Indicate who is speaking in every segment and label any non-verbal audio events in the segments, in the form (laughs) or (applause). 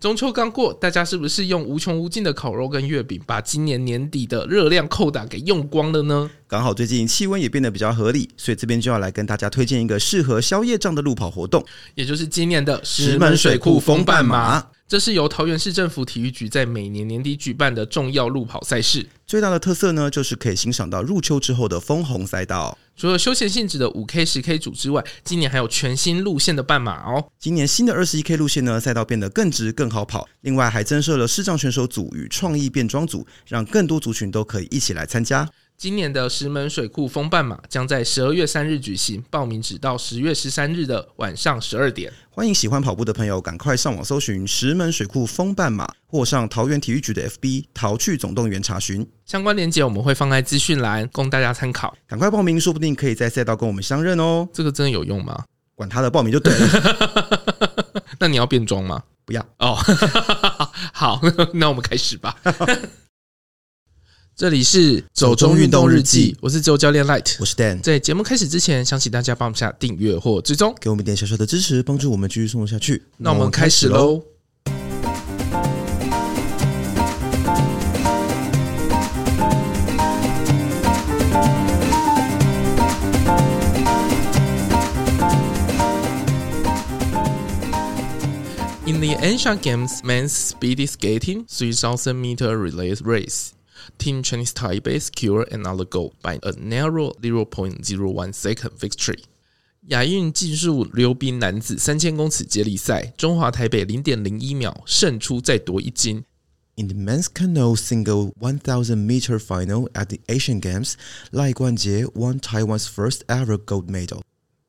Speaker 1: 中秋刚过，大家是不是用无穷无尽的烤肉跟月饼，把今年年底的热量扣打给用光了呢？
Speaker 2: 刚好最近气温也变得比较合理，所以这边就要来跟大家推荐一个适合宵夜这样的路跑活动。
Speaker 1: 也就是今年的
Speaker 2: 石门水库风半马，
Speaker 1: 这是由桃园市政府体育局在每年年底举办的重要路跑赛事。
Speaker 2: 最大的特色呢，就是可以欣赏到入秋之后的枫红赛道。
Speaker 1: 除了休闲性质的五 K、十 K 组之外，今年还有全新路线的半马哦。
Speaker 2: 今年新的二十一 K 路线呢，赛道变得更直更好跑，另外还增设了视障选手组与创意变装组，让更多族群都可以一起来参加。
Speaker 1: 今年的石门水库风半马将在十二月三日举行，报名只到十月十三日的晚上十二点。
Speaker 2: 欢迎喜欢跑步的朋友，赶快上网搜寻石门水库风半马，或上桃园体育局的 FB“ 桃去总动员”查询，
Speaker 1: 相关链接我们会放在资讯栏供大家参考。
Speaker 2: 赶快报名，说不定可以在赛道跟我们相认哦。
Speaker 1: 这个真的有用吗？
Speaker 2: 管他的，报名就对了。
Speaker 1: (laughs) 那你要变装吗？
Speaker 2: 不要
Speaker 1: 哦。 (laughs) 好， (laughs) 那我们开始吧。 (laughs) 这里是
Speaker 2: 走中运动日记，
Speaker 1: 我是周教练 Light。
Speaker 2: 我是 Dan，
Speaker 1: 在节目开始之前，想请大家帮我们下订阅或追踪。
Speaker 2: 给我们一点小小的支持，帮助我们继续送下去。
Speaker 1: 那我们开始。喽。In the Asian Games men's speed skating 3000 meter relay race, Team Chinese Taipei secured another gold by a narrow 0.01 second victory. 亚运技术溜冰男子三千公尺接力赛，中华台北零点零一秒胜出，再夺一金。
Speaker 2: In the men's canoe single 1,000 meter final at the Asian Games, Lai Guanjie won Taiwan's first ever gold medal.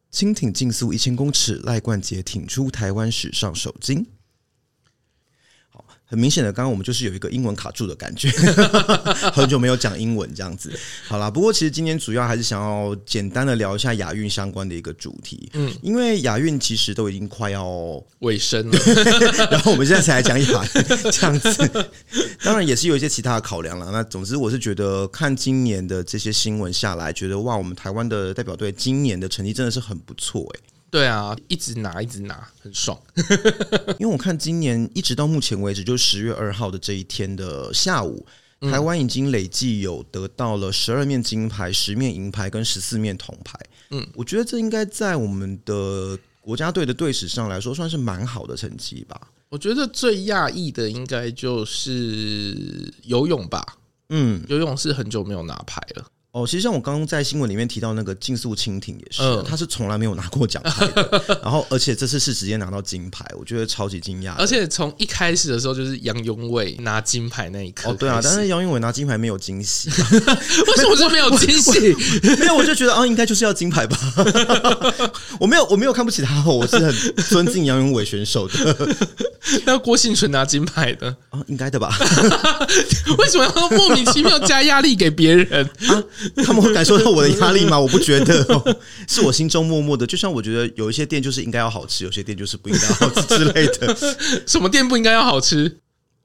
Speaker 2: 轻艇竞速一千公尺，赖冠杰挺出台湾史上首金。好，很明显的，刚刚我们就是有一个英文卡住的感
Speaker 1: (laughs)
Speaker 2: 觉，很久没有讲英文这样子。好啦，不过其实今天主要还是想要简单的聊一下亚运相关的一个主题，嗯，因为亚运其实都已经快要
Speaker 1: 尾
Speaker 2: (laughs)
Speaker 1: 声了，
Speaker 2: 然后我们现在才来讲亚运 (laughs) 这样子，当然也是有一些其他的考量了。那总之，我是觉得看今年的这些新闻下来，觉得哇，我们台湾的代表队今年的成绩真的是很不错欸诶、
Speaker 1: 对啊，一直拿，一直拿，很爽。
Speaker 2: 因为我看今年一直到目前为止，就是十月二号的这一天的下午，台湾已经累计有得到了十二面金牌、十面银牌跟十四面铜牌。嗯，我觉得这应该在我们的国家队的队史上来说，算是蛮好的成绩吧。
Speaker 1: 我觉得最讶异的应该就是游泳吧，
Speaker 2: 嗯，
Speaker 1: 游泳是很久没有拿牌了。
Speaker 2: 哦，其实像我刚刚在新闻里面提到那个竞速蜻蜓也是，
Speaker 1: 嗯
Speaker 2: 他是从来没有拿过奖牌的， (laughs) 然后而且这次是直接拿到金牌，我觉得超级惊讶的。
Speaker 1: 而且从一开始的时候，就是杨永伟拿金牌那一刻开
Speaker 2: 哦，
Speaker 1: 始。
Speaker 2: 对啊，但是杨永伟拿金牌没有惊
Speaker 1: (laughs)
Speaker 2: 喜， (laughs)
Speaker 1: 为什么就没有惊喜？
Speaker 2: 没 (laughs) 有，我就觉得啊，应该就是要金牌吧。 (laughs) 我没有，我没有看不起他哦，我是很尊敬杨永伟选手的 (laughs)
Speaker 1: 那郭幸存拿金牌呢？
Speaker 2: 啊，应该的吧？
Speaker 1: 为什么要莫名其妙加压力给别人？
Speaker 2: 他们会感受到我的压力吗？我不觉得、哦， (laughs) 是我心中默默的。就像我觉得有一些店就是应该要好吃，有些店就是不应该好吃之类的。
Speaker 1: 什么店不应该要好吃？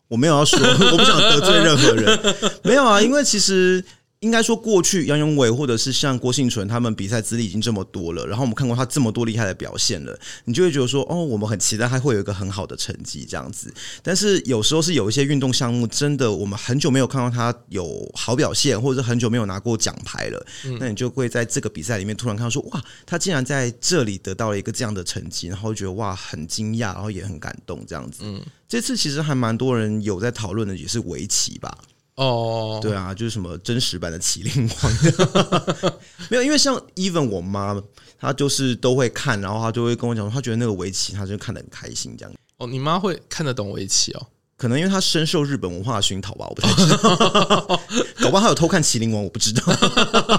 Speaker 2: 我没有要说，我不想得罪任何人。没有啊，因为其实应该说，过去杨永伟或者是像郭幸存他们比赛资历已经这么多了，然后我们看过他这么多厉害的表现了，你就会觉得说，哦，我们很期待他会有一个很好的成绩这样子。但是有时候是有一些运动项目，真的我们很久没有看到他有好表现，或者是很久没有拿过奖牌了，那你就会在这个比赛里面突然看到说，哇，他竟然在这里得到了一个这样的成绩，然后就觉得哇，很惊讶，然后也很感动这样子。这次其实还蛮多人有在讨论的，也是围棋吧？
Speaker 1: 哦，
Speaker 2: 对啊，就是什么真实版的麒麟王， (laughs) 没有，因为像 even 我妈，她就是都会看，然后她就会跟我讲说，她觉得那个围棋，她就看得很开心这样。
Speaker 1: 哦，你妈会看得懂围棋哦？ (laughs)
Speaker 2: 可能因为她深受日本文化的熏陶吧，我不太知道，搞不好她有偷看《麒麟王》，我不知道。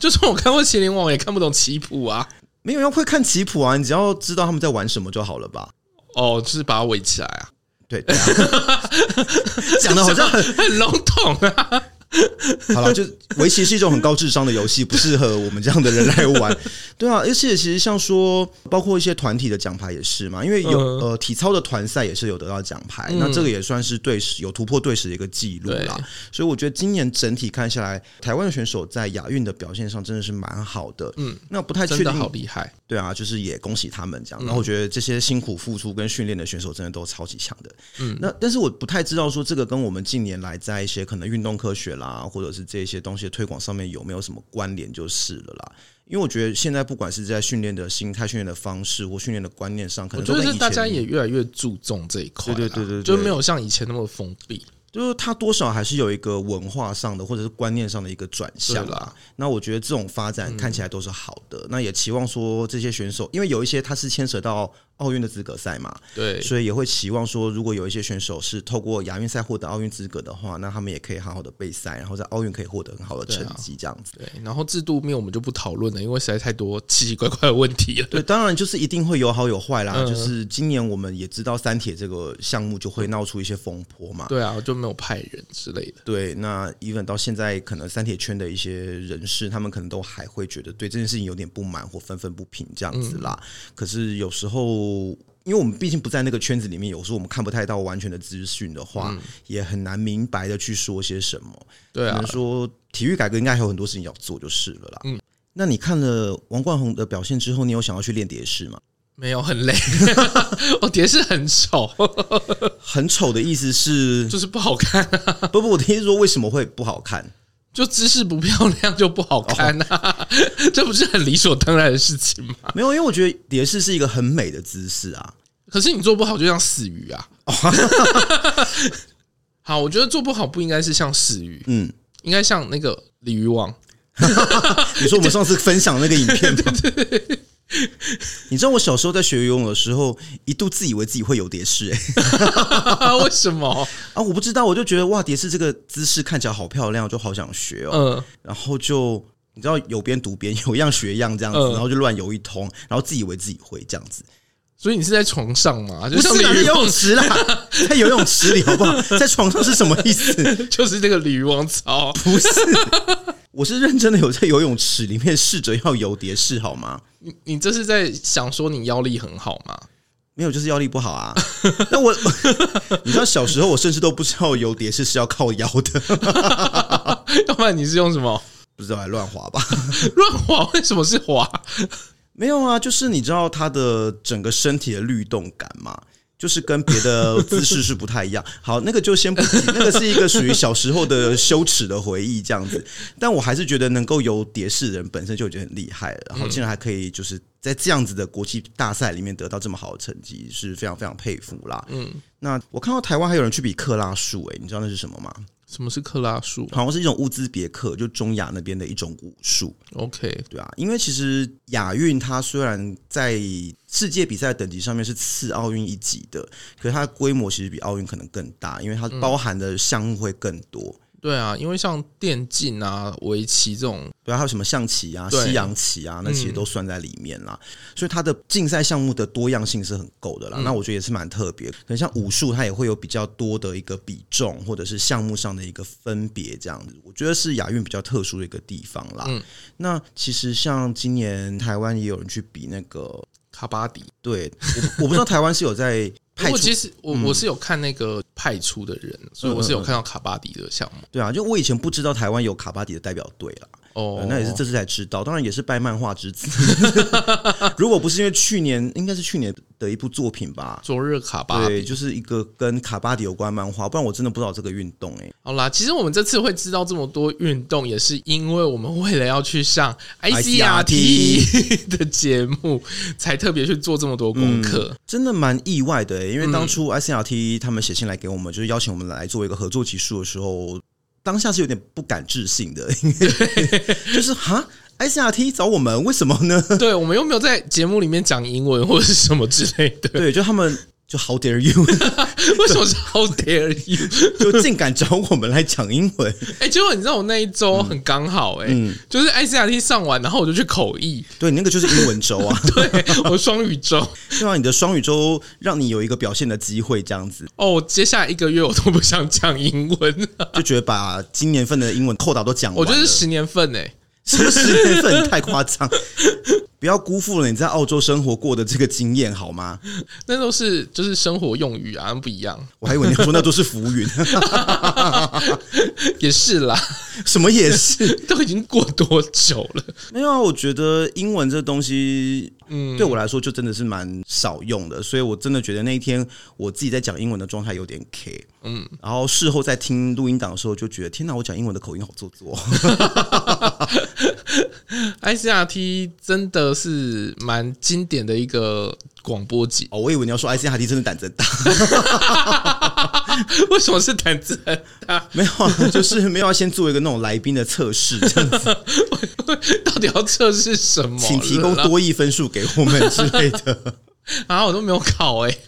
Speaker 1: 就算我看过《麒麟王》，我也看不懂棋谱啊。
Speaker 2: 没有要会看棋谱啊，你只要知道他们在玩什么就好了吧？
Speaker 1: 哦，就是把它围起来啊， (laughs)
Speaker 2: 对，对啊 (laughs) 讲的好像很
Speaker 1: 很笼统啊。
Speaker 2: (laughs) 好了，就围棋是一种很高智商的游戏，不适合我们这样的人来
Speaker 1: (laughs)
Speaker 2: 玩。对啊，而且其实像说，包括一些团体的奖牌也是嘛，因为有、
Speaker 1: 嗯
Speaker 2: 呃体操的团赛也是有得到奖牌，那这个也算是对时有突破对时的一个记录啦
Speaker 1: 对。
Speaker 2: 所以我觉得今年整体看下来，台湾的选手在亚运的表现上真的是蛮好的。嗯，那不太确
Speaker 1: 真的
Speaker 2: 定
Speaker 1: 好，厉害。
Speaker 2: 对啊，就是也恭喜他们
Speaker 1: 嗯
Speaker 2: 这样。然后我觉得这些辛苦付出跟训练的选手真的都超级强的。嗯，那但是我不太知道说这个跟我们近年来在一些可能运动科学啦，或者是这些东西的推广上面有没有什么关联就是了啦。因为我觉得现在不管是在训练的心态、训练的方式或训练的观念上，可
Speaker 1: 我
Speaker 2: 能
Speaker 1: 觉
Speaker 2: 都跟
Speaker 1: 得
Speaker 2: 以
Speaker 1: 是
Speaker 2: 前
Speaker 1: 大家也越来越注重这一块啦，啊
Speaker 2: 对对对对对
Speaker 1: 就没有像以前那么封闭。
Speaker 2: 就是它多少还是有一个文化上的或者是观念上的一个转向
Speaker 1: 对啦嗯
Speaker 2: 啦。那我觉得这种发展看起来都是好的。那也期望说这些选手，因为有一些他是牵扯到奥运的资格赛嘛，
Speaker 1: 对，
Speaker 2: 所以也会期望说，如果有一些选手是透过亚运赛获得奥运资格的话，那他们也可以好好的备赛，然后在奥运可以获得很好的成绩，这样子。
Speaker 1: 对，啊然后制度面我们就不讨论了，因为实在太多奇奇怪怪的问题了。
Speaker 2: (laughs) 对，当然就是一定会有好有坏啦。
Speaker 1: 嗯
Speaker 2: 就是今年我们也知道三铁这个项目就会闹出一些风波嘛。
Speaker 1: 对啊，就没有派人之类的。
Speaker 2: 对，那 even 到现在，可能三铁圈的一些人士，他们可能都还会觉得对这件事情有点不满或愤愤不平这样
Speaker 1: 嗯
Speaker 2: 子啦。可是有时候，因为我们毕竟不在那个圈子里面，有时候我们看不太到完全的资讯的话，也很难明白的去说些什么。
Speaker 1: 嗯对
Speaker 2: 只
Speaker 1: 啊
Speaker 2: 能，说体育改革应该还有很多事情要做就是了啦。
Speaker 1: 嗯
Speaker 2: 嗯，那你看了王冠宏的表现之后，你有想要去练蝶式吗？
Speaker 1: 没有很累， (laughs) 我蝶式很丑， (laughs)
Speaker 2: 很丑的意思是，
Speaker 1: 就是不好看啊，
Speaker 2: 不不，我的意思是说为什么会不好看？
Speaker 1: 就姿势不漂亮就不好看
Speaker 2: 哦
Speaker 1: 啊， (laughs) 这不是很理所当然的事情吗？
Speaker 2: 没有，因为我觉得蝶式是一个很美的姿势啊。
Speaker 1: 可是你做不好就像死鱼啊。 (laughs) 好，我觉得做不好不应该是像死鱼，
Speaker 2: 嗯。
Speaker 1: 应该像那个鲤鱼王。
Speaker 2: (laughs) 你说我们上次分享那个影片 (laughs) 吗？你知道我小时候在学游泳的时候，一度自以为自己会游蝶式、欸， (laughs)
Speaker 1: 为什么？
Speaker 2: 啊，我不知道，我就觉得哇，蝶式这个姿势看起来好漂亮，我就好想学
Speaker 1: (laughs)
Speaker 2: 哦。
Speaker 1: 嗯，
Speaker 2: 然后就你知道有边读边，有样学样这样子，
Speaker 1: 嗯
Speaker 2: 然后就乱游一通，然后自以为自己会这样子，
Speaker 1: 所以你是在床上嘛？就
Speaker 2: 不是啊
Speaker 1: 像鲤
Speaker 2: 啦，在
Speaker 1: 鱼
Speaker 2: 游泳池啦， (laughs) 在游泳池里好不好？在床上是什么意 (laughs) 思？
Speaker 1: 王， (laughs) 就是那个鲤鱼王操。
Speaker 2: 不是，我是认真的有在游泳池里面试着要游蝶式好吗？
Speaker 1: 你你这是在想说你腰力很好吗？ (laughs)
Speaker 2: 没有，就是腰力不好啊。 (laughs) 那我，你知道小时候我甚至都不知道游蝶式是要靠腰的， (laughs)
Speaker 1: 要不然你是用什么
Speaker 2: 不知道还乱滑吧？
Speaker 1: 乱滑？为什么是滑？
Speaker 2: 没有啊，就是你知道它的整个身体的律动感嘛，就是跟别的姿势是不太一样。 (laughs) 好，那个就先不提，那个是一个属于小时候的羞耻的回忆这样子。但我还是觉得能够游蝶式的人本身就已经很厉害了，然后竟然还可以就是在这样子的国际大赛里面得到这么好的成绩，是非常非常佩服啦。嗯，那我看到台湾还有人去比克拉数，诶，你知道那是什么吗？
Speaker 1: 什么是克拉数
Speaker 2: 好像是一种乌兹别克，就中亚那边的一种武术，
Speaker 1: ？OK，
Speaker 2: 对啊，因为其实亚运它虽然在世界比赛等级上面是次奥运一级的，可是它的规模其实比奥运可能更大，因为它包含的项目会更多，
Speaker 1: 对啊，因为像电竞啊、围棋这种，
Speaker 2: 对啊，还有什么象棋啊、
Speaker 1: 对
Speaker 2: 西洋棋啊，那其实都算在里面啦。所以它的竞赛项目的多样性是很够的啦。
Speaker 1: 嗯
Speaker 2: 那我觉得也是蛮特别，可能像武术，它也会有比较多的一个比重，或者是项目上的一个分别这样子。我觉得是亚运比较特殊的一个地方啦。
Speaker 1: 嗯
Speaker 2: 那其实像今年台湾也有人去比那个，
Speaker 1: 卡巴迪。
Speaker 2: 对，我我不知道台湾是有在
Speaker 1: 不
Speaker 2: 派
Speaker 1: 过
Speaker 2: 出嗯
Speaker 1: 其实我、我是有看那个派出的人，所以我是有看到卡巴迪的项目。
Speaker 2: 对啊，就我以前不知道台湾有卡巴迪的代表队啦。
Speaker 1: 哦
Speaker 2: 呃，那也是这次才知道，当然也是拜漫画之子。 (laughs) 如果不是因为去年，应该是去年的一部作品吧，
Speaker 1: 昨日卡巴
Speaker 2: 对，
Speaker 1: 迪。
Speaker 2: 就是一个跟卡巴迪有关的漫画，不然我真的不知道这个运动哎、
Speaker 1: 好啦，其实我们这次会知道这么多运动，也是因为我们为了要去上 ICRT 的节目，才特别去做这么多功
Speaker 2: 嗯
Speaker 1: 课。
Speaker 2: 真的蛮意外的、欸，因为当初 ICRT 他们写信来给我们，就是邀请我们来做一个合作集数的时候，当下是有点不敢置信的，因为 (laughs) 就是哈 ICRT 找我们为什么呢？
Speaker 1: 对，我们又没有在节目里面讲英文或者是什么之类的。
Speaker 2: 对，就他们就 How dare you，
Speaker 1: 为什么是 How dare you？
Speaker 2: (laughs)
Speaker 1: (laughs)
Speaker 2: 就竟敢找我们来讲英文，
Speaker 1: 哎、结果你知道我那一
Speaker 2: 嗯
Speaker 1: 周很刚好、哎、就是 ICRT 上完，然后我就去口译，
Speaker 2: 对，你那个就是英文周啊， (laughs)
Speaker 1: 对我双语周。
Speaker 2: 对啊，你的双语周让你有一个表现的机会，这样子
Speaker 1: 哦，接下来一个月我都不想讲英
Speaker 2: (laughs)
Speaker 1: 文了，
Speaker 2: 就觉得把今年份的英文扣打都讲
Speaker 1: 我
Speaker 2: 完
Speaker 1: 觉
Speaker 2: 了，
Speaker 1: 得是十年份哎、
Speaker 2: 什么十月份太夸张，不要辜负了你在澳洲生活过的这个经验好吗？
Speaker 1: 那都是就是生活用语啊，不一样，
Speaker 2: 我还以为你要说那都是浮云， (laughs)
Speaker 1: 也是啦，
Speaker 2: 什么也是
Speaker 1: 都已经过多久了？
Speaker 2: 没有啊。我觉得英文这东西，嗯，对我来说就真的是蛮少用的，所以我真的觉得那一天我自己在讲英文的状态有点 K，嗯，然后事后在听录音档的时候就觉得，天哪，我讲英文的口音好做作。
Speaker 1: ICRT 真的是蛮经典的一个广播节
Speaker 2: (laughs) ，哦，我以为你要说 ICRT 真的胆子很大，
Speaker 1: 为什么是胆子很大？
Speaker 2: (laughs) 没有啊，就是没有要先做一个那种来宾的测试，这样子，
Speaker 1: 到底要测试什么了啦？
Speaker 2: 请提供多亿分数给我们之类的。 (laughs)
Speaker 1: 啊，我都没有考哎、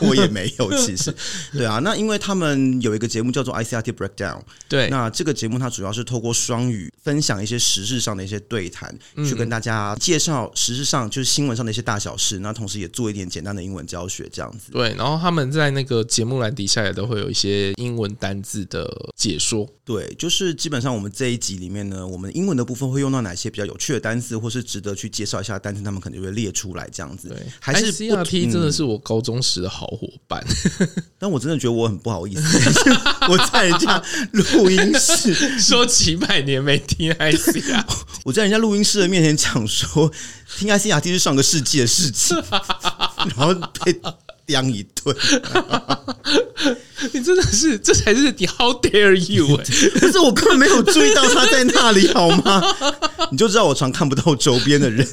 Speaker 2: 我也没有，其实，对啊，那因为他们有一个节目叫做 ICRT Breakdown，
Speaker 1: 对，
Speaker 2: 那这个节目它主要是透过双语分享一些时事上的一些对谈，
Speaker 1: 嗯
Speaker 2: 去跟大家介绍时事上就是新闻上的一些大小事，那同时也做一点简单的英文教学这样子。
Speaker 1: 对，然后他们在那个节目栏底下也都会有一些英文单字的解说。
Speaker 2: 对，就是基本上我们这一集里面呢，我们英文的部分会用到哪些比较有趣的单词，或是值得去介绍一下的单词，他们可能就会列出来这样子。
Speaker 1: 对，
Speaker 2: 还是不嗯
Speaker 1: CRT 真的是我高中时的好伙伴。
Speaker 2: 但我真的觉得我很不好意思， (laughs) 我在人家录音室
Speaker 1: 说几百年没听 IC 啊，
Speaker 2: 我在人家录音室的面前讲说，听 ICRT 是上个世纪的事情，然后被刁一顿。
Speaker 1: (laughs) 你真的是，这才是你 How dare
Speaker 2: (laughs)
Speaker 1: you！、欸、
Speaker 2: 可是我根本没有注意到他在那里，好吗？你就知道我常看不到周边的人，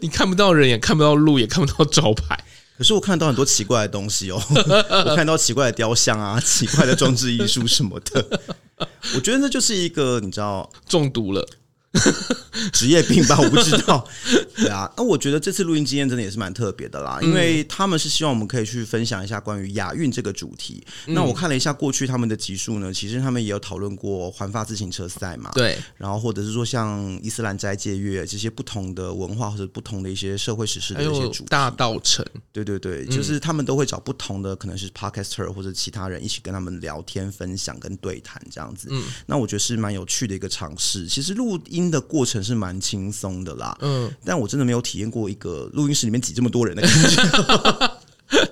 Speaker 1: 你看不到人，也看不到路，也看不到招牌。
Speaker 2: 可是我看到很多奇怪的东西哦，我看到奇怪的雕像啊，奇怪的装置艺术什么的。我觉得那就是一个你知道
Speaker 1: 中毒了，
Speaker 2: 职业病吧，我不知道。 (laughs) 对啊，那我觉得这次录音经验真的也是蛮特别的啦，因为他们是希望我们可以去分享一下关于亚运这个主题。那我看了一下过去他们的集数呢，其实他们也有讨论过环法自行车赛嘛，，
Speaker 1: 对，
Speaker 2: 然后或者是说像伊斯兰斋戒月这些不同的文化或者不同的一些社会时事
Speaker 1: 还
Speaker 2: 的一些
Speaker 1: 有
Speaker 2: 主题。
Speaker 1: 大道城，
Speaker 2: 对对对，就是他们都会找不同的，可能是 podcaster 或者其他人一起跟他们聊天、分享跟对谈这样子。那我觉得是蛮有趣的一个尝试。其实录音的过程是蛮轻松的啦，
Speaker 1: 嗯，
Speaker 2: 但我真的没有体验过一个录音室里面挤这么多人的感觉。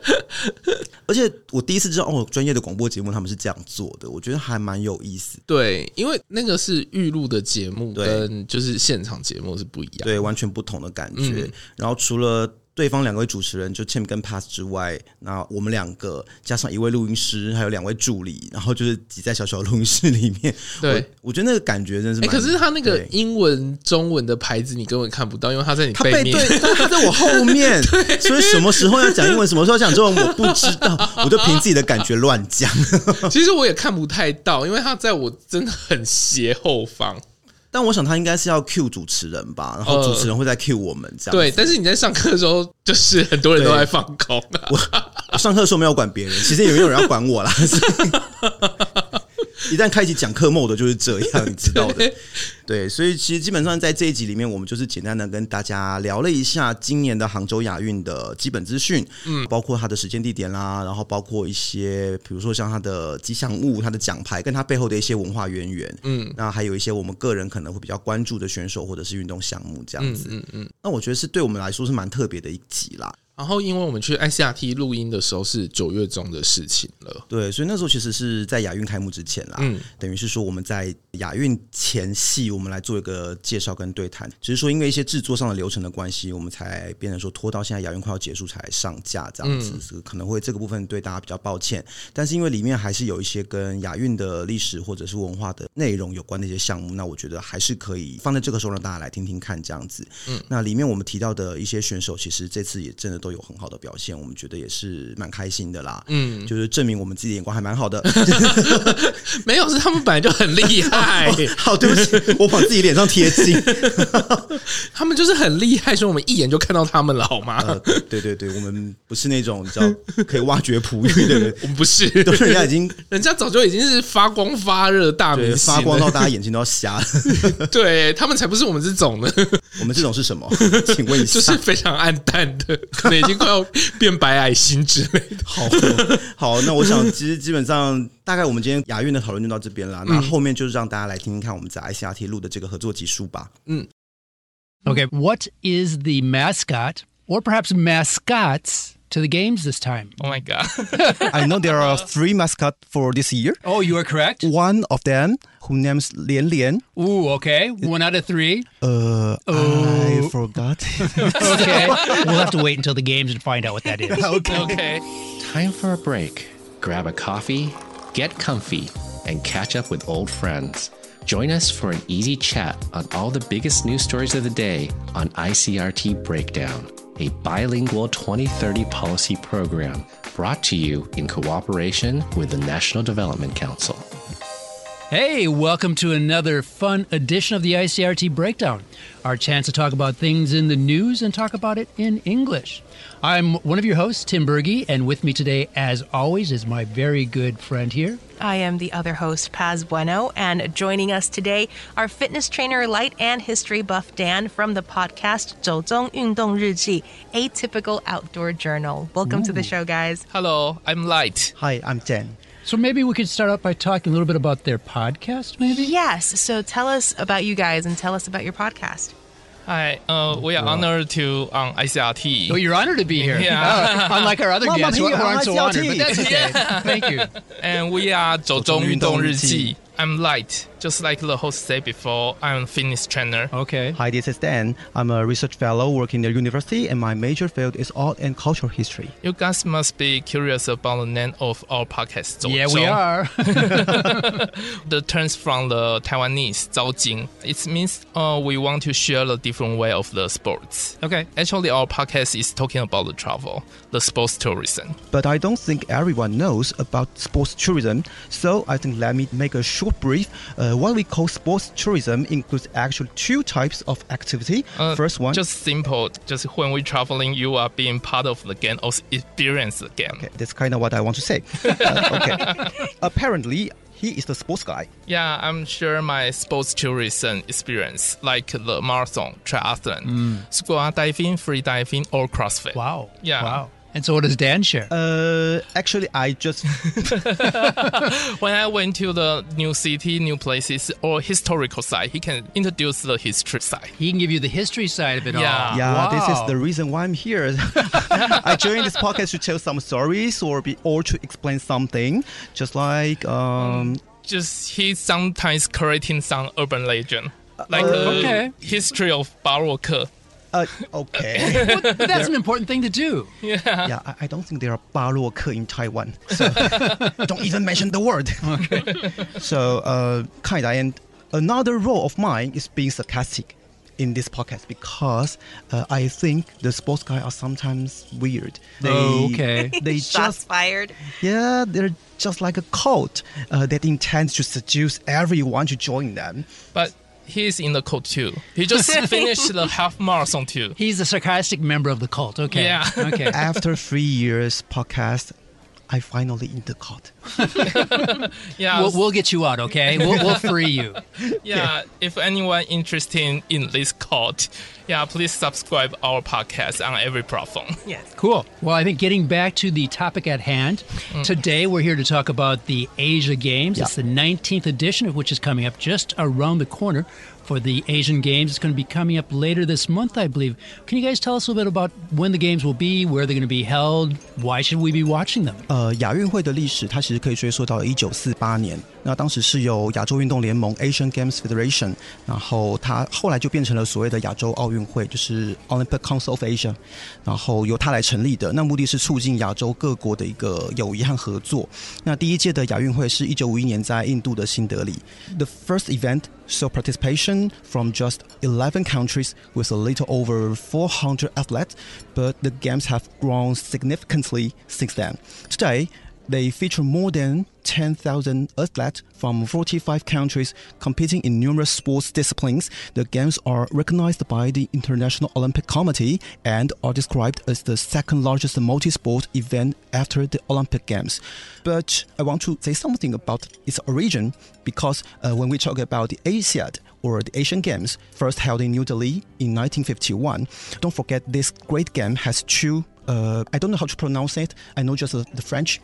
Speaker 2: (laughs) 而且我第一次知道哦，专业的广播节目他们是这样做的，我觉得还蛮有意思。
Speaker 1: 对，因为那个是预录的节目，
Speaker 2: 对
Speaker 1: 跟就是现场节目是不一样。
Speaker 2: 对，完全不同的感觉。
Speaker 1: 嗯
Speaker 2: 然后除了对方两位主持人就 Tim 跟 Pass 之外，那我们两个加上一位录音师，还有两位助理，然后就是挤在小小的录音室里面。
Speaker 1: (laughs) 对，
Speaker 2: 我，我觉得那个感觉真的是
Speaker 1: 哎、
Speaker 2: 蛮、
Speaker 1: 可是他那个
Speaker 2: 对
Speaker 1: 英文、中文的牌子你根本看不到，因为他在你
Speaker 2: 他背
Speaker 1: 面。
Speaker 2: 对， (laughs) 但他在我后
Speaker 1: (laughs)
Speaker 2: 面，所以什么时候要讲英文，什么时候讲中文，我不知
Speaker 1: (laughs)
Speaker 2: 道，我就凭自己的感觉乱讲。
Speaker 1: 其实我也看不太到，因为他在我真的很斜后
Speaker 2: (laughs)
Speaker 1: 方。
Speaker 2: 但我想他应该是要 cue 主持人吧，然后主持人会再 cue 我们这
Speaker 1: 呃
Speaker 2: 样。
Speaker 1: 对，但是你在上课的时候，就是很多人都在放空、啊。
Speaker 2: 我上课的时候没有管别人，其实也没有人要管我啦。 (laughs) 所以一旦开启讲课 mode 就是这样，你知道
Speaker 1: (laughs)
Speaker 2: 的。对，所以其实基本上在这一集里面，我们就是简单的跟大家聊了一下今年的杭州亚运的基本资讯，嗯，包括它的时间、地点啦，然后包括一些比如说像它的吉祥物、它的奖牌，跟它背后的一些文化渊源，嗯，那还有一些我们个人可能会比较关注的选手或者是运动项目这样子，嗯嗯那我觉得是对我们来说是蛮特别的一集啦。
Speaker 1: 然后，因为我们去 ICRT 录音的时候是九月中的事情了，
Speaker 2: 对，所以那时候其实是在亚运开幕之前啦，
Speaker 1: 嗯
Speaker 2: 等于是说我们在亚运前戏，我们来做一个介绍跟对谈。只是说因为一些制作上的流程的关系，我们才变成说拖到现在亚运快要结束才上架这样子，是可能会这个部分对大家比较抱歉。但是因为里面还是有一些跟亚运的历史或者是文化的内容有关的一些项目，那我觉得还是可以放在这个时候让大家来听听看这样子。那里面我们提到的一些选手，其实这次也真的
Speaker 3: 都有很好的表现，我们觉得也是蛮开心的啦。
Speaker 1: 嗯，
Speaker 3: 就是证明我们自己的眼光还蛮好的。
Speaker 1: 没有，是他们本来就很厉
Speaker 3: (laughs)
Speaker 1: 害，
Speaker 3: 好，对不起，我往自己脸上贴金。
Speaker 1: 他们就是很厉害，所以我们一眼就看到他们了，好吗？
Speaker 3: (laughs) 呃，对对对，我们不是那种你知道可以挖掘璞玉的人，
Speaker 1: 我们
Speaker 3: (laughs)
Speaker 1: 不是，
Speaker 3: 都是人家已经
Speaker 1: 人家早就已经是发光发热大明
Speaker 3: 对
Speaker 1: 星
Speaker 3: 发
Speaker 1: 了，
Speaker 3: 光到大家眼睛都要瞎了。
Speaker 1: 对他们才不是我们这种呢，
Speaker 3: 我们这种是
Speaker 2: (laughs)
Speaker 3: 什么？请 (laughs) 问一下，
Speaker 1: 就是非常暗淡的，可能已经快要变白矮星之类的。
Speaker 3: 好 (laughs) 好，那我想其实基本上大概我们今天亚运的讨论就到这边
Speaker 2: 嗯
Speaker 3: 啦。那后面就是让大家来听听看我们在 ICRT 录的这个合作集数吧。
Speaker 4: Okay, what is the mascot or perhaps mascots to the games this time?
Speaker 1: Oh my god！
Speaker 2: I know there are three mascots for this year.
Speaker 4: Oh, you are correct.
Speaker 2: One of them, who names Lian Lian.
Speaker 4: Ooh, okay. One out of three.
Speaker 2: Uh,
Speaker 4: Oh.
Speaker 2: I forgot. (laughs)
Speaker 4: (laughs) Okay. we'll have to wait until the games and find out what that is.
Speaker 5: Okay. Time for a break. Grab a coffee, get comfy, and catch up with old friends. Join us for an easy chat on all the biggest news stories of the day on ICRT Breakdown, a bilingual 2030 policy program brought to you in cooperation with the National Development Council.
Speaker 4: Hey, welcome to another fun edition of the ICRT Breakdown. Our chance to talk about things in the news and talk about it in English. I'm one of your hosts, Tim Berge, and with me today, as always, is my very good friend here.
Speaker 6: I am the other host, Paz Bueno, and joining us today are fitness trainer Light and history buff Dan from the podcast 走中运动日记, Atypical Outdoor Journal. Welcome to the show, guys.
Speaker 7: Hello, I'm Light.
Speaker 2: Hi, I'm Jen.
Speaker 4: So maybe we could start out by talking a little bit about their podcast, maybe?
Speaker 6: Yes, so tell us about you guys and tell us about your podcast.
Speaker 7: Hi, uh, we are honored to um, on ICRT.
Speaker 4: Oh, you're honored to be here.
Speaker 7: Yeah.
Speaker 4: (laughs) Uh, unlike our other
Speaker 2: Mama
Speaker 4: guests, who
Speaker 2: Mia,
Speaker 4: aren't so
Speaker 2: Mama
Speaker 4: honored, but that's
Speaker 2: Jiao
Speaker 4: okay. Thank you.
Speaker 7: and we are
Speaker 2: 走中运动日记。
Speaker 7: 走中运动日记. I'm Light. Just like the host said before, I'm a fitness trainer.
Speaker 4: (laughs) Okay.
Speaker 2: Hi, this is Dan. I'm a research fellow working at the university, and my major field is art and cultural history.
Speaker 7: You guys must be curious about the name of our podcast. 走中.
Speaker 4: Yeah, we (laughs) are.
Speaker 7: The terms from the Taiwanese 招金. It means uh, we want to share the different way of the sports.
Speaker 4: okay.
Speaker 7: Actually, our podcast is talking about the travel, the sports tourism.
Speaker 2: But I don't think everyone knows about sports tourism, so I think let me make a short brief. Uh, what we call sports tourism includes actually two types of activity.
Speaker 7: Uh,
Speaker 2: First one,
Speaker 7: just simple. Just when we're traveling, you are being part of the game, or experience the game.
Speaker 2: Okay, that's kind of what I want to say.
Speaker 7: (laughs)
Speaker 2: Uh, okay. Apparently, he is the sports guy.
Speaker 7: Yeah, I'm sure my sports tourism experience, like the marathon, triathlon, scuba diving, free diving, or CrossFit.
Speaker 4: Mm. Wow.
Speaker 7: Yeah.
Speaker 4: Wow. And so, what does Dan share?
Speaker 2: Uh, actually, I just
Speaker 7: When I went to the new city, new places, or historical side, he can introduce the history side.
Speaker 4: he can give you the history side of it all.
Speaker 7: Yeah.
Speaker 2: yeah, this is
Speaker 4: Ah, Wow.
Speaker 2: the reason why I'm here. (laughs) I joined this podcast to tell some stories or be or to explain something, just like um,
Speaker 7: Just he sometimes creating some urban legend, like the
Speaker 4: Uh, okay.
Speaker 7: history of Baroque.
Speaker 2: uh, okay,
Speaker 4: (laughs)
Speaker 2: (laughs)
Speaker 4: But that's an important thing to do.
Speaker 2: yeah. I, I don't think there are baroque in
Speaker 4: (laughs)
Speaker 2: Taiwan, so don't even mention the word. Okay. (laughs) so uh, kinda, and another role of mine is being sarcastic. In this podcast, because uh, I think the sports guys are sometimes weird. They,
Speaker 4: Oh, okay.
Speaker 2: They
Speaker 6: Shots
Speaker 2: just
Speaker 6: fired.
Speaker 2: Yeah, they're just like a cult uh, that intends to seduce everyone to join them.
Speaker 7: But he's in the cult too. He
Speaker 4: (laughs)
Speaker 7: just finished the half marathon too.
Speaker 4: He's the sarcastic member of the cult. Okay.
Speaker 7: Yeah.
Speaker 4: (laughs) Okay.
Speaker 2: After three years podcast, I finally in the cult.
Speaker 7: Yeah,
Speaker 4: We'll, we'll get you out, okay? We'll, we'll free (laughs) you.
Speaker 7: yeah, if anyone interested in this cult, yeah, please subscribe our podcast on every platform.
Speaker 6: Yes.
Speaker 4: Cool. Well, I think getting back to the topic at hand, today we're here to talk about the Asia Games. It's the 19th edition of which is coming up just around the corner for the Asian Games. It's going to be coming up later this month, I believe. Can you guys tell us a little bit about when the games will be, where they're going to be held, why should we be watching them?
Speaker 2: 呃，亚运会的历史，它其实可以追溯到一九四八年。那当时是由亚洲运动联盟 （Asian Games Federation），然后它后来就变成了所谓的亚洲奥运会，就是 Olympic Council of Asia，然后由它来成立的。那目的是促进亚洲各国的一个友谊和合作。那第一届的亚运会是一九五一年在印度的新德里。The first event So participation from just 11 countries with a little over 400 athletes, but the games have grown significantly since then. Today, they feature more than 10,000 athletes from 45 countries competing in numerous sports disciplines. The games are recognized by the International Olympic Committee and are described as the second largest multi sport event after the Olympic Games. But I want to say something about its origin because uh, when we talk about the ASIAD, or the Asian Games, first held in New Delhi in 1951. Don't forget, this great game has two. Uh, I don't know how to pronounce it. I know just the, the French.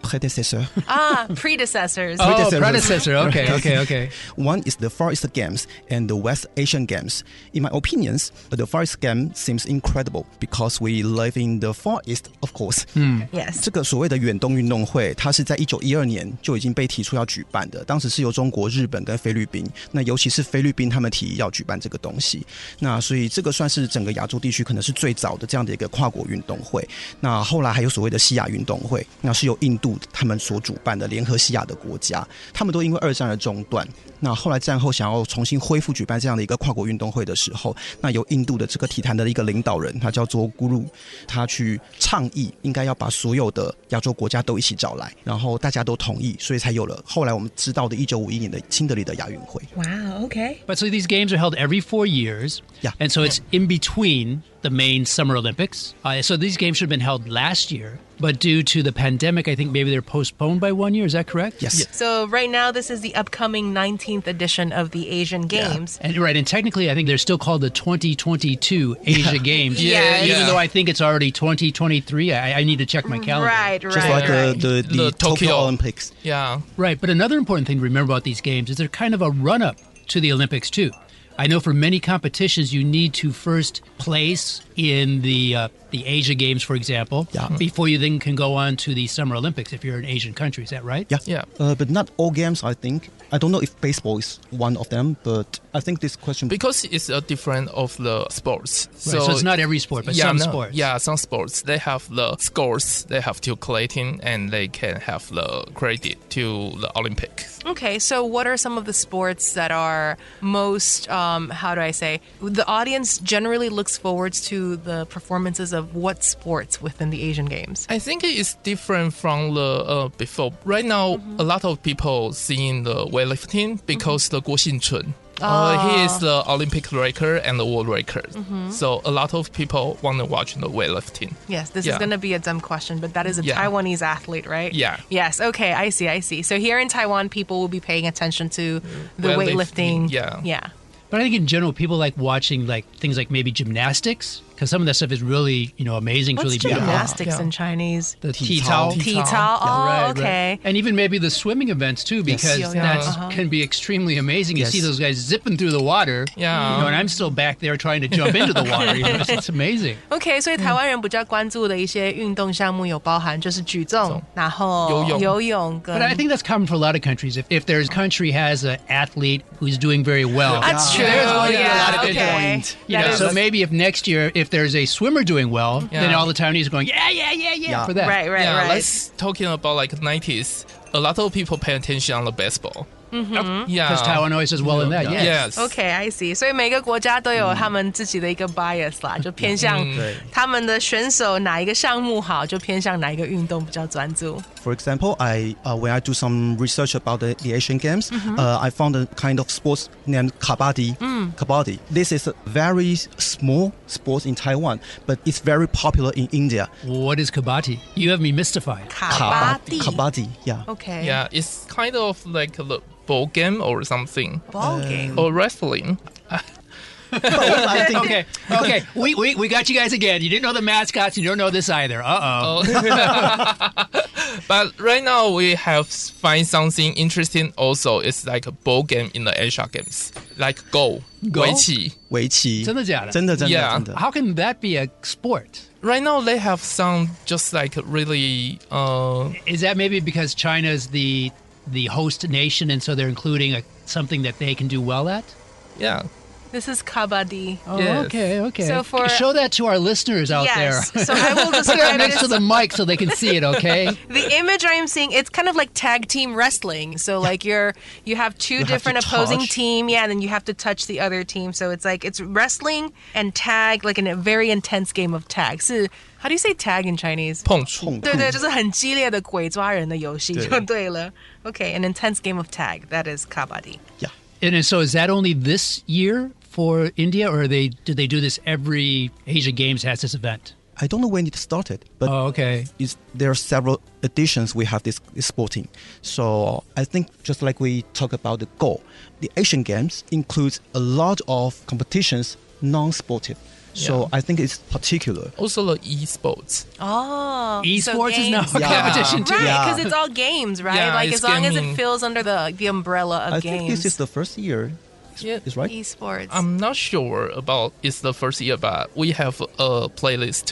Speaker 2: Predecessor.
Speaker 6: Ah,
Speaker 2: (laughs)
Speaker 6: predecessors.
Speaker 4: Oh,
Speaker 2: Predecessor.
Speaker 4: predecessor. Okay, okay, okay.
Speaker 2: One is the Far East Games and the West Asian Games. In my opinions, the Far East Game seems incredible because we live in the Far East, of course.
Speaker 6: Yes.
Speaker 2: 这个所谓的远东运动会，它是在一九一二年就已经被提出要举办的，当时是由中国、日本跟菲律宾，那尤其是菲律宾他们提议要举办这个东西，那所以这个算是整个亚洲地区可能是最早的这样的一个跨国运动会。那后来还有所谓的西亚运动会，那是由印度他们所主办的联合西亚的国家，他们都因为二战而中断。那后来战后想要重新恢复举办这样的一个跨国运动会的时候，那由印度的这个体坛的一个领导人，他叫做咕噜，他去倡议应该要把所有的亚洲国家都一起找来，然后大家都同意，所以才有了后来我们知道的1951年的新德里的亚运会。
Speaker 6: Wow. Okay.
Speaker 4: But so these games are held every four years.
Speaker 2: Yeah.
Speaker 4: And so it's in between the main Summer Olympics. Uh, so these games should have been held last year, but due to the pandemic, I think maybe they're postponed by one year. Is that correct?
Speaker 2: Yes.
Speaker 6: So right now, this is the upcoming 19th edition of the Asian Games.
Speaker 4: And right, and technically, I think they're still called the 2022 Asia Games.
Speaker 6: Yeah,
Speaker 4: Even
Speaker 7: yeah.
Speaker 4: though I think it's already 2023, I, I need to check my calendar.
Speaker 6: Right. Right.
Speaker 2: Just like uh,
Speaker 6: right.
Speaker 2: the, the,
Speaker 7: The
Speaker 2: Tokyo,
Speaker 7: Tokyo.
Speaker 2: Olympics.
Speaker 7: Yeah.
Speaker 4: Right, but another important thing to remember about these games is they're kind of a run up to the Olympics, too. I know for many competitions, you need to first place in the uh, the Asia Games, for example,
Speaker 2: Yeah. Mm-hmm.
Speaker 4: before you then can go on to the Summer Olympics if you're an Asian country. Is that right?
Speaker 2: Yeah.
Speaker 7: Yeah.
Speaker 2: Uh, but not all games, I think. I don't know if baseball is one of them, but I think this question.
Speaker 7: Because it's a different of the sports.
Speaker 4: Right, so, it's not every sport, but some
Speaker 7: no,
Speaker 4: sports.
Speaker 7: Yeah, some sports they have the scores, they have to collecting, and they can have the credit to the Olympics.
Speaker 6: Okay, so what are some of the sports that are most, um, how do I say, the audience generally looks forward to the performances of what sports within the Asian Games?
Speaker 7: I think it's different from the uh, before. Right now,
Speaker 6: Mm-hmm.
Speaker 7: a lot of people seeing the weightlifting because the Guo Xinchun.
Speaker 6: Ah.
Speaker 7: Uh, he is the Olympic record and the world record.
Speaker 6: Mm-hmm.
Speaker 7: So a lot of people want to watch the weightlifting.
Speaker 6: Yes, this is
Speaker 7: Yeah.
Speaker 6: going to be a dumb question, but that is a
Speaker 7: Yeah.
Speaker 6: Taiwanese athlete, right?
Speaker 7: Yeah.
Speaker 6: Yes, okay, I see, I see. So here in Taiwan, people will be paying attention to the
Speaker 7: Weightlifting,
Speaker 6: weightlifting.
Speaker 7: yeah.
Speaker 6: Yeah.
Speaker 4: But I think in general, people like watching like things like maybe gymnastics because some of that stuff is really you know amazing. it's
Speaker 6: What's
Speaker 4: really beautiful.
Speaker 6: gymnastics
Speaker 7: Yeah.
Speaker 6: in Chinese?
Speaker 4: The tea
Speaker 7: Ti-tao.
Speaker 4: towel.
Speaker 7: Ti-tao.
Speaker 6: Tita.
Speaker 7: Yeah,
Speaker 6: Oh,
Speaker 4: Right, right.
Speaker 6: okay.
Speaker 4: And even maybe the swimming events too, because
Speaker 6: Yeah,
Speaker 4: that
Speaker 6: yeah. Uh-huh.
Speaker 4: can be extremely amazing. You
Speaker 2: Yes.
Speaker 4: see those guys zipping through the water.
Speaker 7: Yeah.
Speaker 4: You know, and I'm still back there trying to jump
Speaker 6: (laughs)
Speaker 4: into the water. You know, it's, it's amazing.
Speaker 6: OK，所以台湾人比较关注的一些运动项目有包含就是举重，然后
Speaker 7: 游泳
Speaker 6: 游泳跟
Speaker 4: But I think that's common for a lot of countries. If, if their country has an athlete who's doing very well,
Speaker 6: That's true.
Speaker 4: there's going to be a
Speaker 6: Yeah,
Speaker 4: lot of
Speaker 6: okay.
Speaker 4: interest. You
Speaker 6: 啊 That
Speaker 4: know,
Speaker 6: is-
Speaker 4: so maybe if next year, if there's a swimmer doing well, then
Speaker 7: Yeah.
Speaker 4: all the Taiwanese are going, yeah, yeah, yeah, yeah,
Speaker 2: Yeah.
Speaker 4: for that.
Speaker 6: right, right,
Speaker 7: yeah,
Speaker 6: right.
Speaker 7: let's talking about like 90s. A lot of people pay attention on the baseball. Mm-hmm. Yeah.
Speaker 4: Because Taiwan always does well in that. Yes.
Speaker 7: Yes.
Speaker 6: OK, I see。所以每个国家都有他们自己的一个 bias 啦，就偏向他们的选手哪一个项目好，就偏向哪一个运动比较专注。
Speaker 2: For example, I uh, when I do some research about the, the Asian Games, uh, I found a kind of sports named kabaddi. Kabaddi. This is a very small sport in Taiwan, but it's very popular in India.
Speaker 4: What is kabati? You have me mystified.
Speaker 6: 卡巴蒂
Speaker 2: Kabaddi. Yeah.
Speaker 6: OK，
Speaker 7: Yeah, it's kind of like the ball game or something.
Speaker 6: ball
Speaker 4: Uh,
Speaker 6: game。
Speaker 7: Or wrestling.
Speaker 2: But I think
Speaker 4: Okay, okay. We, we, we got you guys again. You didn't know the mascots, and you don't know this either. Uh oh.
Speaker 7: But right now we have find something interesting also. It's like a ball game in the Asia Games. Like Go.
Speaker 4: Go?
Speaker 7: 围棋.
Speaker 2: 围棋。
Speaker 4: 真的假的？
Speaker 2: 真的，真的，
Speaker 7: Yeah.
Speaker 2: 真的。
Speaker 4: How can that be a sport?
Speaker 7: Right now they have some just like really uh
Speaker 4: Is that maybe because China's the the host nation, and so they're including a, something that they can do well at?
Speaker 7: yeah.
Speaker 6: This is kabaddi.
Speaker 4: Oh,
Speaker 7: Yes.
Speaker 4: okay, okay.
Speaker 6: So for-
Speaker 4: Show that to our listeners out
Speaker 6: (laughs) yes.
Speaker 4: there.
Speaker 6: so I
Speaker 4: Put
Speaker 6: will
Speaker 4: that
Speaker 6: describe it
Speaker 4: next
Speaker 6: as
Speaker 4: to the mic so they can see it,
Speaker 6: (laughs)
Speaker 4: okay?
Speaker 6: the image I am seeing, it's kind of like tag team wrestling. So like you're you have two
Speaker 2: have to
Speaker 6: different opposing
Speaker 2: touch.
Speaker 6: team, yeah, and then you have to touch the other team. So it's like it's wrestling and tag, like in a very intense game of tag. 是 how do you say tag in (laughs) Chinese?
Speaker 7: 碰触。
Speaker 2: 痛苦
Speaker 6: 对对，就是很激烈的鬼抓人的游戏就对了。Okay, an intense game of tag. That is kabaddi.
Speaker 2: Yeah.
Speaker 4: And is- so is that only this year for India, or are they do they do this every Asia Games has this event?
Speaker 2: I don't know when it started, but
Speaker 4: Oh, okay.
Speaker 2: it's, there are several editions we have this, this sporting. So I think just like we talk about the goal, the Asian Games includes a lot of competitions non-sportive. So I think it's particular.
Speaker 7: Also the esports.
Speaker 6: Oh,
Speaker 4: Esports is now
Speaker 6: now
Speaker 4: a
Speaker 2: Yeah.
Speaker 4: competition too.
Speaker 6: Right,
Speaker 2: Yeah.
Speaker 6: because it's all games, right?
Speaker 7: Yeah,
Speaker 6: like as
Speaker 7: it's
Speaker 6: long as
Speaker 7: gaming.
Speaker 6: it feels under the the umbrella of
Speaker 2: I
Speaker 6: games. E
Speaker 2: think this is the first year.
Speaker 7: Yeah.
Speaker 2: Is right?
Speaker 6: esports.
Speaker 7: I'm not sure about it's the first year, but we have a playlist.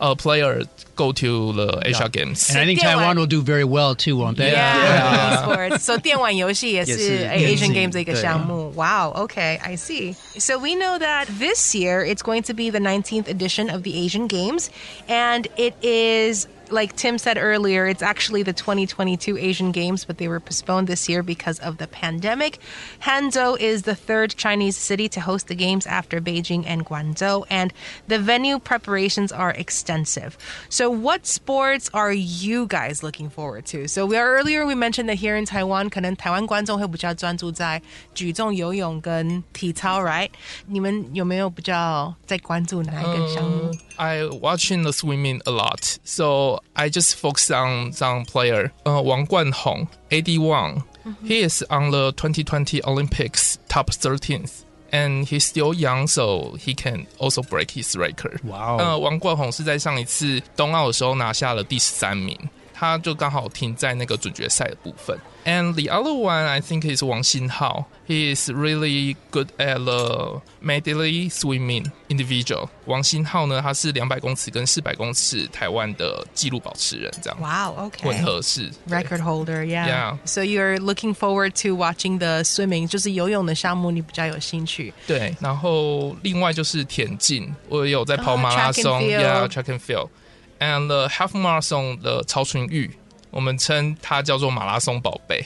Speaker 7: A player go to the Asia Games.
Speaker 4: And I think
Speaker 6: Yeah,
Speaker 4: Taiwan
Speaker 6: like-
Speaker 4: will do very well too, won't they?
Speaker 6: Yeah, esports. So 电玩游戏也是
Speaker 2: (laughs) 也是
Speaker 6: Asian
Speaker 2: 电竞，
Speaker 6: Games 的一个项目。Wow. Okay, I see. So we know that this year it's going to be the 19th edition of the Asian Games, and it is. Like Tim said earlier, it's actually the 2022 Asian Games, but they were postponed this year because of the pandemic. Hanzhou is the third Chinese city to host the games after Beijing and Guangzhou, and the venue preparations are extensive. So, what sports are you guys looking forward to? So, we are earlier we mentioned that here in Taiwan, 可能台湾观众会比较专注在举重、游泳跟体操, right? 你们有没有比较在关注哪一个项目？
Speaker 7: I watching the swimming a lot, so I just focus on some player, uh, Wang Guanhong, AD Wang. He is on the 2020 Olympics top 13th, and he's still young, so he can also break his record. Uh,
Speaker 4: 哇哦
Speaker 7: 呃，王冠宏是在上一次冬奥的时候拿下了第十三名，他就刚好停在那个准决赛的部分。And the other one, I think, is Wang Xinhao. He is really good at the medley swimming individual. 王新浩呢，他是两百公尺跟四百公尺台湾的纪录保持人，这样
Speaker 6: Wow, okay.
Speaker 7: 混合式对
Speaker 6: Record holder, yeah.
Speaker 7: Yeah.
Speaker 6: So you're looking forward to watching the swimming,
Speaker 7: (laughs)
Speaker 6: 就是游泳的项目你比较有兴趣。
Speaker 7: 对，然后另外就是田径，我也有在跑
Speaker 6: 哦
Speaker 7: 马拉
Speaker 6: track and
Speaker 7: 松、
Speaker 6: field
Speaker 7: yeah track and field，and the half marathon 的曹纯玉，我们称它叫做马拉松宝贝。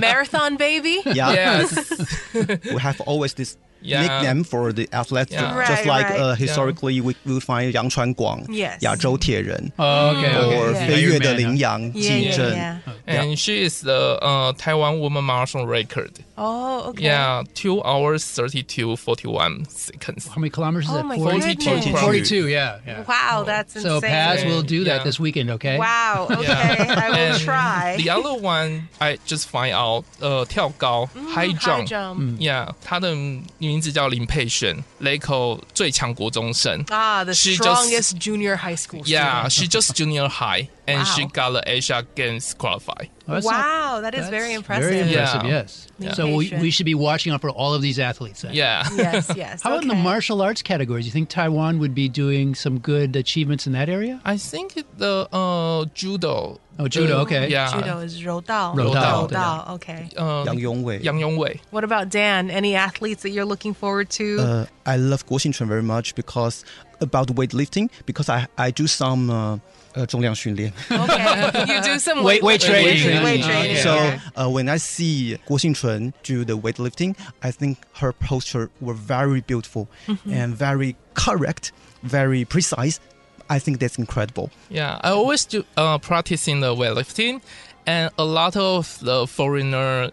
Speaker 6: Marathon baby?
Speaker 2: Yeah.
Speaker 7: Yes，
Speaker 2: we have always this
Speaker 7: Yeah.
Speaker 2: nickname for the athletes,
Speaker 7: Yeah.
Speaker 6: Right,
Speaker 2: just like
Speaker 6: right.
Speaker 2: uh, historically we we find Yang Chuan Guang,
Speaker 6: Yes.
Speaker 2: 亚洲铁人
Speaker 4: Oh, okay. okay.
Speaker 2: or
Speaker 4: Yeah.
Speaker 2: 飞跃的
Speaker 4: Ironman,
Speaker 2: 羚羊
Speaker 6: Yeah,
Speaker 2: 纪
Speaker 6: yeah,
Speaker 2: 正
Speaker 6: yeah.。
Speaker 7: and she is the 呃台湾 woman marathon record。
Speaker 6: Oh, okay.
Speaker 7: Yeah，two hours thirty two forty one seconds。
Speaker 4: How many kilometers is
Speaker 6: Oh
Speaker 4: that?
Speaker 6: my
Speaker 4: 40?
Speaker 6: goodness. 42.
Speaker 4: 42, yeah. yeah.
Speaker 6: Wow, that's
Speaker 4: So
Speaker 6: insane.
Speaker 4: Paz will do that
Speaker 7: Yeah.
Speaker 4: this weekend, okay?
Speaker 6: Wow. Okay, I will
Speaker 7: (laughs) And
Speaker 6: try.
Speaker 7: The other one I just find out，呃，uh, 跳高 high
Speaker 6: High
Speaker 7: jump。Yeah，她 Mm.
Speaker 4: Mm.
Speaker 7: 的名字叫林佩璇，Laco 最强国中生。
Speaker 6: Ah, the
Speaker 7: She just-
Speaker 6: strongest junior high school.
Speaker 7: Yeah,
Speaker 6: student.
Speaker 7: she just junior high and she
Speaker 6: Wow.
Speaker 7: got the Asia Games qualify.
Speaker 4: Oh, that's not-
Speaker 6: Wow, that is
Speaker 4: that's
Speaker 6: very impressive.
Speaker 4: Very impressive,
Speaker 7: Yeah.
Speaker 4: yes.
Speaker 6: Yeah.
Speaker 4: So we,
Speaker 6: Patient.
Speaker 4: we should be watching out for all of these athletes. Then.
Speaker 7: Yeah.
Speaker 6: Yes,
Speaker 7: (laughs)
Speaker 6: yes.
Speaker 4: How about in the
Speaker 6: okay.
Speaker 4: martial arts categories? You think Taiwan would be doing some good achievements in that area?
Speaker 7: I think it- the uh judo.
Speaker 4: Oh, judo,
Speaker 7: uh,
Speaker 4: okay.
Speaker 7: Yeah.
Speaker 6: Judo is 柔道.
Speaker 4: 柔道，
Speaker 6: 柔道, Okay.
Speaker 7: Uh,
Speaker 2: 杨永伟。
Speaker 7: Yang Yongwei.
Speaker 6: What about Dan? Any athletes that you're looking forward to?
Speaker 2: Uh, I love Guo Xingchun very much because about weightlifting because I I do some uh, uh, 重量训练。
Speaker 6: okay. You do some
Speaker 4: Weight- weight
Speaker 6: Weight
Speaker 4: training.
Speaker 6: training. Weight
Speaker 4: (laughs) Okay.
Speaker 6: training.
Speaker 4: Yeah.
Speaker 2: (laughs) So
Speaker 6: okay.
Speaker 2: uh, when I see Guo Xingchun do the weightlifting, I think her posture were very beautiful
Speaker 4: Mm-hmm.
Speaker 2: and very correct, very precise. I think that's incredible.
Speaker 7: Yeah. I always do uh practicing the weightlifting and a lot of the foreigner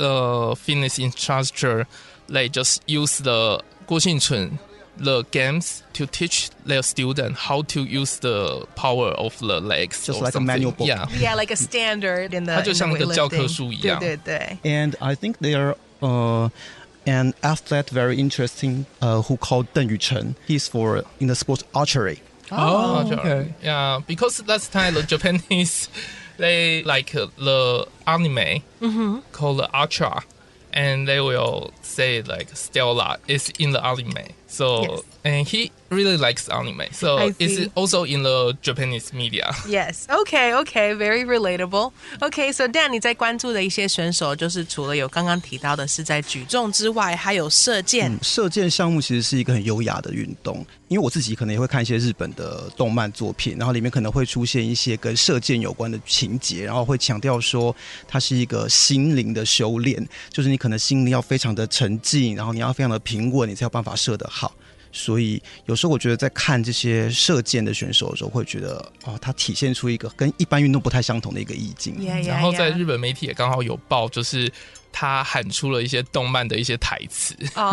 Speaker 7: uh fitness instructor they just use the Guo Xingchun the games to teach their student how to use the power of the legs
Speaker 2: Just
Speaker 7: or
Speaker 2: like a
Speaker 7: something.
Speaker 2: manual book.
Speaker 7: yeah
Speaker 6: yeah, like a standard
Speaker 7: (laughs)
Speaker 6: in the, in the
Speaker 7: 它就像一个教科书一样。
Speaker 6: weightlifting。对，对，对。
Speaker 2: And I think they are uh, an athlete very interesting uh, who called Deng Yuchen. He's for in the sport archery.
Speaker 4: Oh,
Speaker 7: Sure. Yeah, because last time the Japanese (laughs) they like uh, the anime called the Ultra, and they will say like Stella is in the anime. So
Speaker 6: Yes.
Speaker 7: and he really likes anime. So
Speaker 6: I see.
Speaker 7: it's also in the Japanese media.
Speaker 6: Yes, OK OK, very relatable. OK, so Dan，你在关注的一些选手，就是除了有刚刚提到的是在举重之外，还有射箭。
Speaker 2: 射箭项目其实是一个很优雅的运动，因为我自己可能也会看一些日本的动漫作品，然后里面可能会出现一些跟射箭有关的情节，然后会强调说它是一个心灵的修炼，就是你可能心灵要非常的沉静，然后你要非常的平稳，你才有办法射得好。所以有时候我觉得在看这些射箭的选手的时候，会觉得哦，它体现出一个跟一般运动不太相同的一个意境。
Speaker 6: Yeah, yeah,
Speaker 7: (laughs) 然后在
Speaker 6: yeah.
Speaker 7: 日本媒体也刚好有报，就是他喊出了一些动漫的一些台词。
Speaker 6: Oh,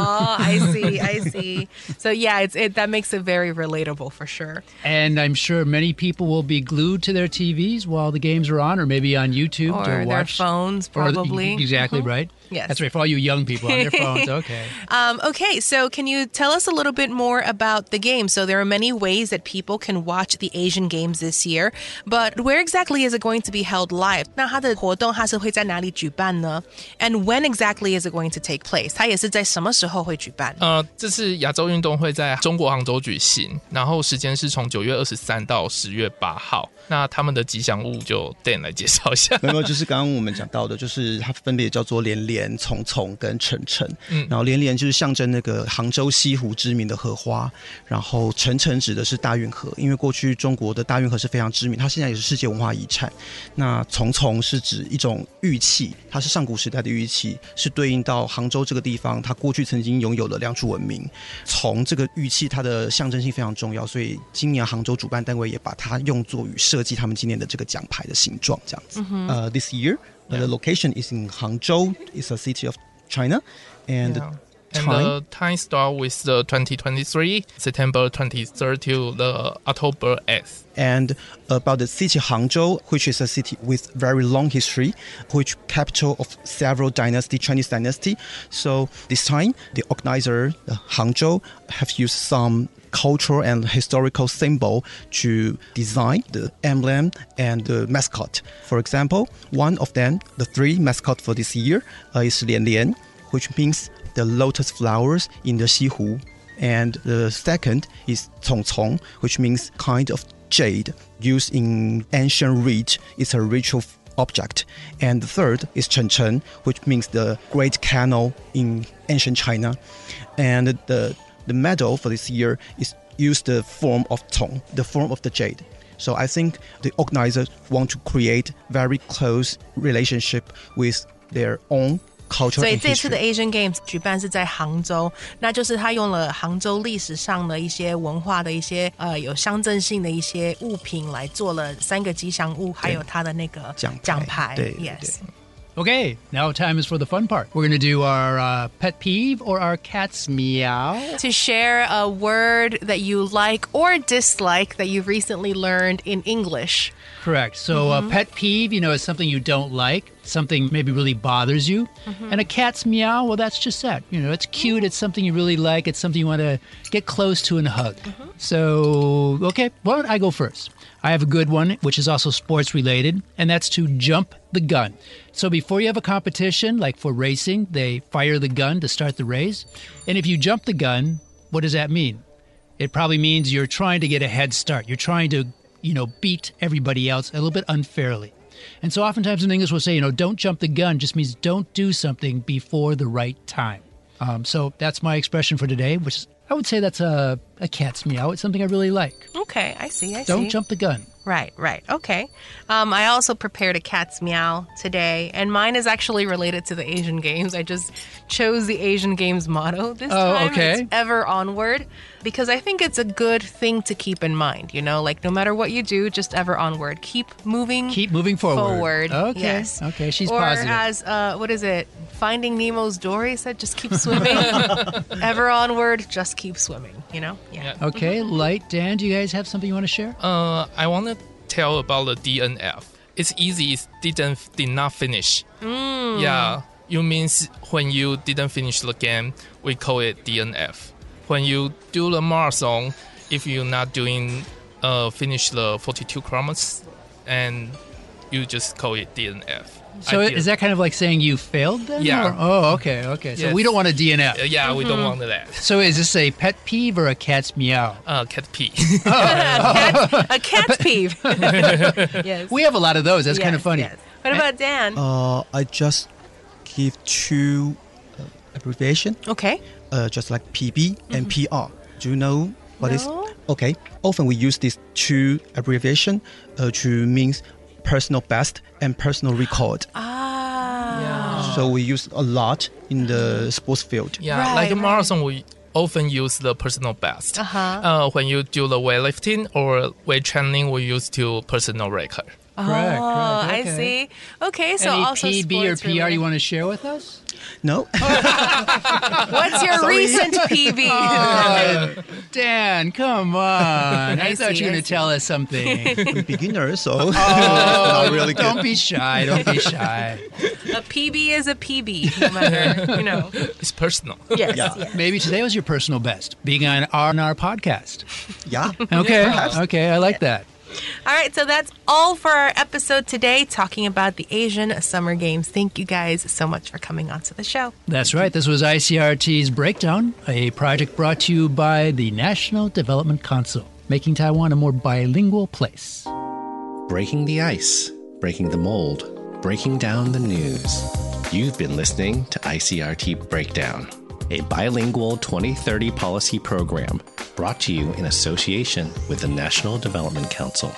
Speaker 6: I see, I see. So yeah, it's it that makes it very relatable for sure.
Speaker 4: And I'm sure many people will be glued to their TVs while the games are on, or maybe on YouTube
Speaker 6: Or
Speaker 4: to
Speaker 6: their
Speaker 4: watch
Speaker 6: phones,
Speaker 4: Or-
Speaker 6: probably. Mm-hmm.
Speaker 4: exactly right.
Speaker 6: Yes.
Speaker 4: that's right for all you young people on
Speaker 6: (laughs)
Speaker 4: their phones. Okay.
Speaker 6: Um, okay, so can you tell us a little bit more about the game? So there are many ways that people can watch the Asian Games this year, but where exactly is it going to be held live? 那它的活动它是会在哪里举办呢? And when exactly is it going to take place? 它也是在什么时候会举办？
Speaker 7: 呃，这次亚洲运动会在中国杭州举行，然后时间是从九月二十三到十月八号。那他们的吉祥物就 Dan 来介绍一
Speaker 2: (laughs)
Speaker 7: 下。
Speaker 2: 没有，没有就是刚刚我们讲到的，就是它分别叫做连连、丛丛跟晨晨。嗯，然后连连就是象征那个杭州西湖知名的荷花，然后晨晨指的是大运河，因为过去中国的大运河是非常知名，它现在也是世界文化遗产。那丛丛是指一种玉器，它是上古时代的玉器，是对应到杭州这个地方，它过去曾经拥有了两处文明。从这个玉器，它的象征性非常重要，所以今年杭州主办单位也把它用作于设计他们今年的这个奖牌的形状，这样
Speaker 7: 嗯
Speaker 2: 子。呃、t h i s year、the location is in Hangzhou, is a city of China, and
Speaker 7: Yeah. And
Speaker 2: time.
Speaker 7: the time start with the 2023 September 23rd to the October 8th.
Speaker 2: and about the city Hangzhou, which is a city with very long history, which capital of several dynasty, Chinese dynasty. So this time, the organizer uh, Hangzhou have used some cultural and historical symbol to design the emblem and the mascot. For example, one of them, the three mascot for this year, uh, is Lian Lian, which means the lotus flowers in the Xihu. And the second is Cong Cong, which means kind of jade used in ancient rite. It's a ritual object. And the third is Chen Chen, which means the great canal in ancient China. And the, the medal for this year is used the form of Tong, the form of the jade. So I think the organizers want to create very close relationship with their own culture
Speaker 6: 所以
Speaker 2: and
Speaker 6: 这次
Speaker 2: history.
Speaker 6: 的 Asian Games 举办是在杭州，那就是他用了杭州历史上的一些文化的一些呃有象征性的一些物品来做了三个吉祥物，还有他的那个
Speaker 2: 奖牌
Speaker 6: 奖牌。
Speaker 2: 对对
Speaker 6: yes，
Speaker 4: Okay, now time is for the fun part. We're going to do our uh, pet peeve or our cat's meow.
Speaker 6: to share a word that you like or dislike that you've recently learned in English.
Speaker 4: Correct. So a pet peeve, you know, is something you don't like, something maybe really bothers you. And a cat's meow, well, that's just that. You know, it's cute. It's something you really like. It's something you want to get close to and hug. So, okay, why don't I go first? I have a good one, which is also sports related, and that's to jump the gun. So before you have a competition, like for racing, they fire the gun to start the race. And if you jump the gun, what does that mean? it probably means you're trying to get a head start. You're trying to, you know, beat everybody else a little bit unfairly. And so oftentimes in English we'll say, you know, don't jump the gun just means don't do something before the right time. Um, so that's my expression for today, which is, I would say that's a, a cat's meow. It's something I really like.
Speaker 6: Okay, I see. I see.
Speaker 4: Don't jump the gun.
Speaker 6: Right, right. Okay. Um, I also prepared a cat's meow today, and mine is actually related to the Asian Games. I just chose the Asian Games motto this
Speaker 4: Oh,
Speaker 6: time.
Speaker 4: okay.
Speaker 6: It's ever onward, because I think it's a good thing to keep in mind. You know, like no matter what you do, just ever onward. Keep moving.
Speaker 4: Keep moving forward.
Speaker 6: Forward.
Speaker 4: Okay.
Speaker 6: Yes.
Speaker 4: Okay, she's
Speaker 6: or
Speaker 4: positive.
Speaker 6: as uh, what is it? Finding Nemo's Dory said, "Just
Speaker 4: (laughs)
Speaker 6: keep swimming. ever onward. Just keep swimming." You know.
Speaker 7: Yeah.
Speaker 4: Okay,
Speaker 6: Mm-hmm.
Speaker 4: Light, Dan, do you guys have something you want to share?
Speaker 7: Uh, I want to tell about the DNF. It's easy. It's didn't did not finish. Yeah, you means when you didn't finish the game, we call it DNF. When you do the marathon, if you're not doing uh finish the 42 kilometers, and you just call it DNF.
Speaker 4: So
Speaker 7: I
Speaker 4: is that kind of like saying you failed then?
Speaker 7: Yeah.
Speaker 4: or- oh, okay, okay. So
Speaker 7: Yes.
Speaker 4: we don't want a DNF.
Speaker 7: Uh, yeah, we don't want that. (laughs)
Speaker 4: So is this a pet peeve or a cat's meow?
Speaker 7: Uh, cat pee.
Speaker 6: (laughs)
Speaker 7: (laughs)
Speaker 6: a, cat, a
Speaker 4: (laughs)
Speaker 6: cat's peeve. (laughs) yes.
Speaker 4: We have a lot of those. That's kind of
Speaker 6: Yes,
Speaker 4: funny.
Speaker 6: yes. What about Dan?
Speaker 2: Uh, I just give two uh, abbreviation,
Speaker 6: okay.
Speaker 2: uh, just like PB and PR. Do you know what is?
Speaker 6: No.
Speaker 2: Okay. Often we use these two abbreviation uh, to means personal best and personal record.
Speaker 6: Ah.
Speaker 2: So we use a lot in the sports field.
Speaker 7: Yeah,
Speaker 6: Right,
Speaker 7: like a
Speaker 6: right.
Speaker 7: marathon, we often use the personal best.
Speaker 6: Uh-huh.
Speaker 7: Uh, when you do the weightlifting or weight training, we use to personal record.
Speaker 6: Oh,
Speaker 4: Correct, correct,
Speaker 6: I
Speaker 4: okay.
Speaker 6: see. Okay, so
Speaker 4: Any
Speaker 6: also
Speaker 4: PB E or
Speaker 6: sports
Speaker 4: PR
Speaker 6: related.
Speaker 4: you want to share with us?
Speaker 2: No.
Speaker 4: (laughs)
Speaker 6: What's your recent (laughs) PB?
Speaker 4: Dan, come on. (laughs) I,
Speaker 6: I
Speaker 4: thought
Speaker 6: see,
Speaker 4: you were
Speaker 6: I
Speaker 4: going to
Speaker 6: see.
Speaker 4: tell us (laughs) something.
Speaker 2: beginner, so
Speaker 4: Oh,
Speaker 2: (laughs) not really
Speaker 4: don't
Speaker 2: good.
Speaker 4: be shy. Don't be shy.
Speaker 6: a PB is a PB, no matter, you know.
Speaker 7: It's personal. (laughs)
Speaker 6: Yes,
Speaker 4: (laughs)
Speaker 6: yes.
Speaker 4: Maybe today was your personal best, being on our, on our podcast.
Speaker 2: Yeah.
Speaker 4: Okay. Okay. I like that.
Speaker 6: All right, so that's all for our episode today, talking about the Asian Summer Games. Thank you guys so much for coming onto the show.
Speaker 4: That's right. This was ICRT's Breakdown, a project brought to you by the National Development Council, making Taiwan a more bilingual place.
Speaker 5: breaking the ice, breaking the mold, breaking down the news. You've been listening to ICRT Breakdown, a bilingual 2030 policy program brought to you in association with the National Development Council.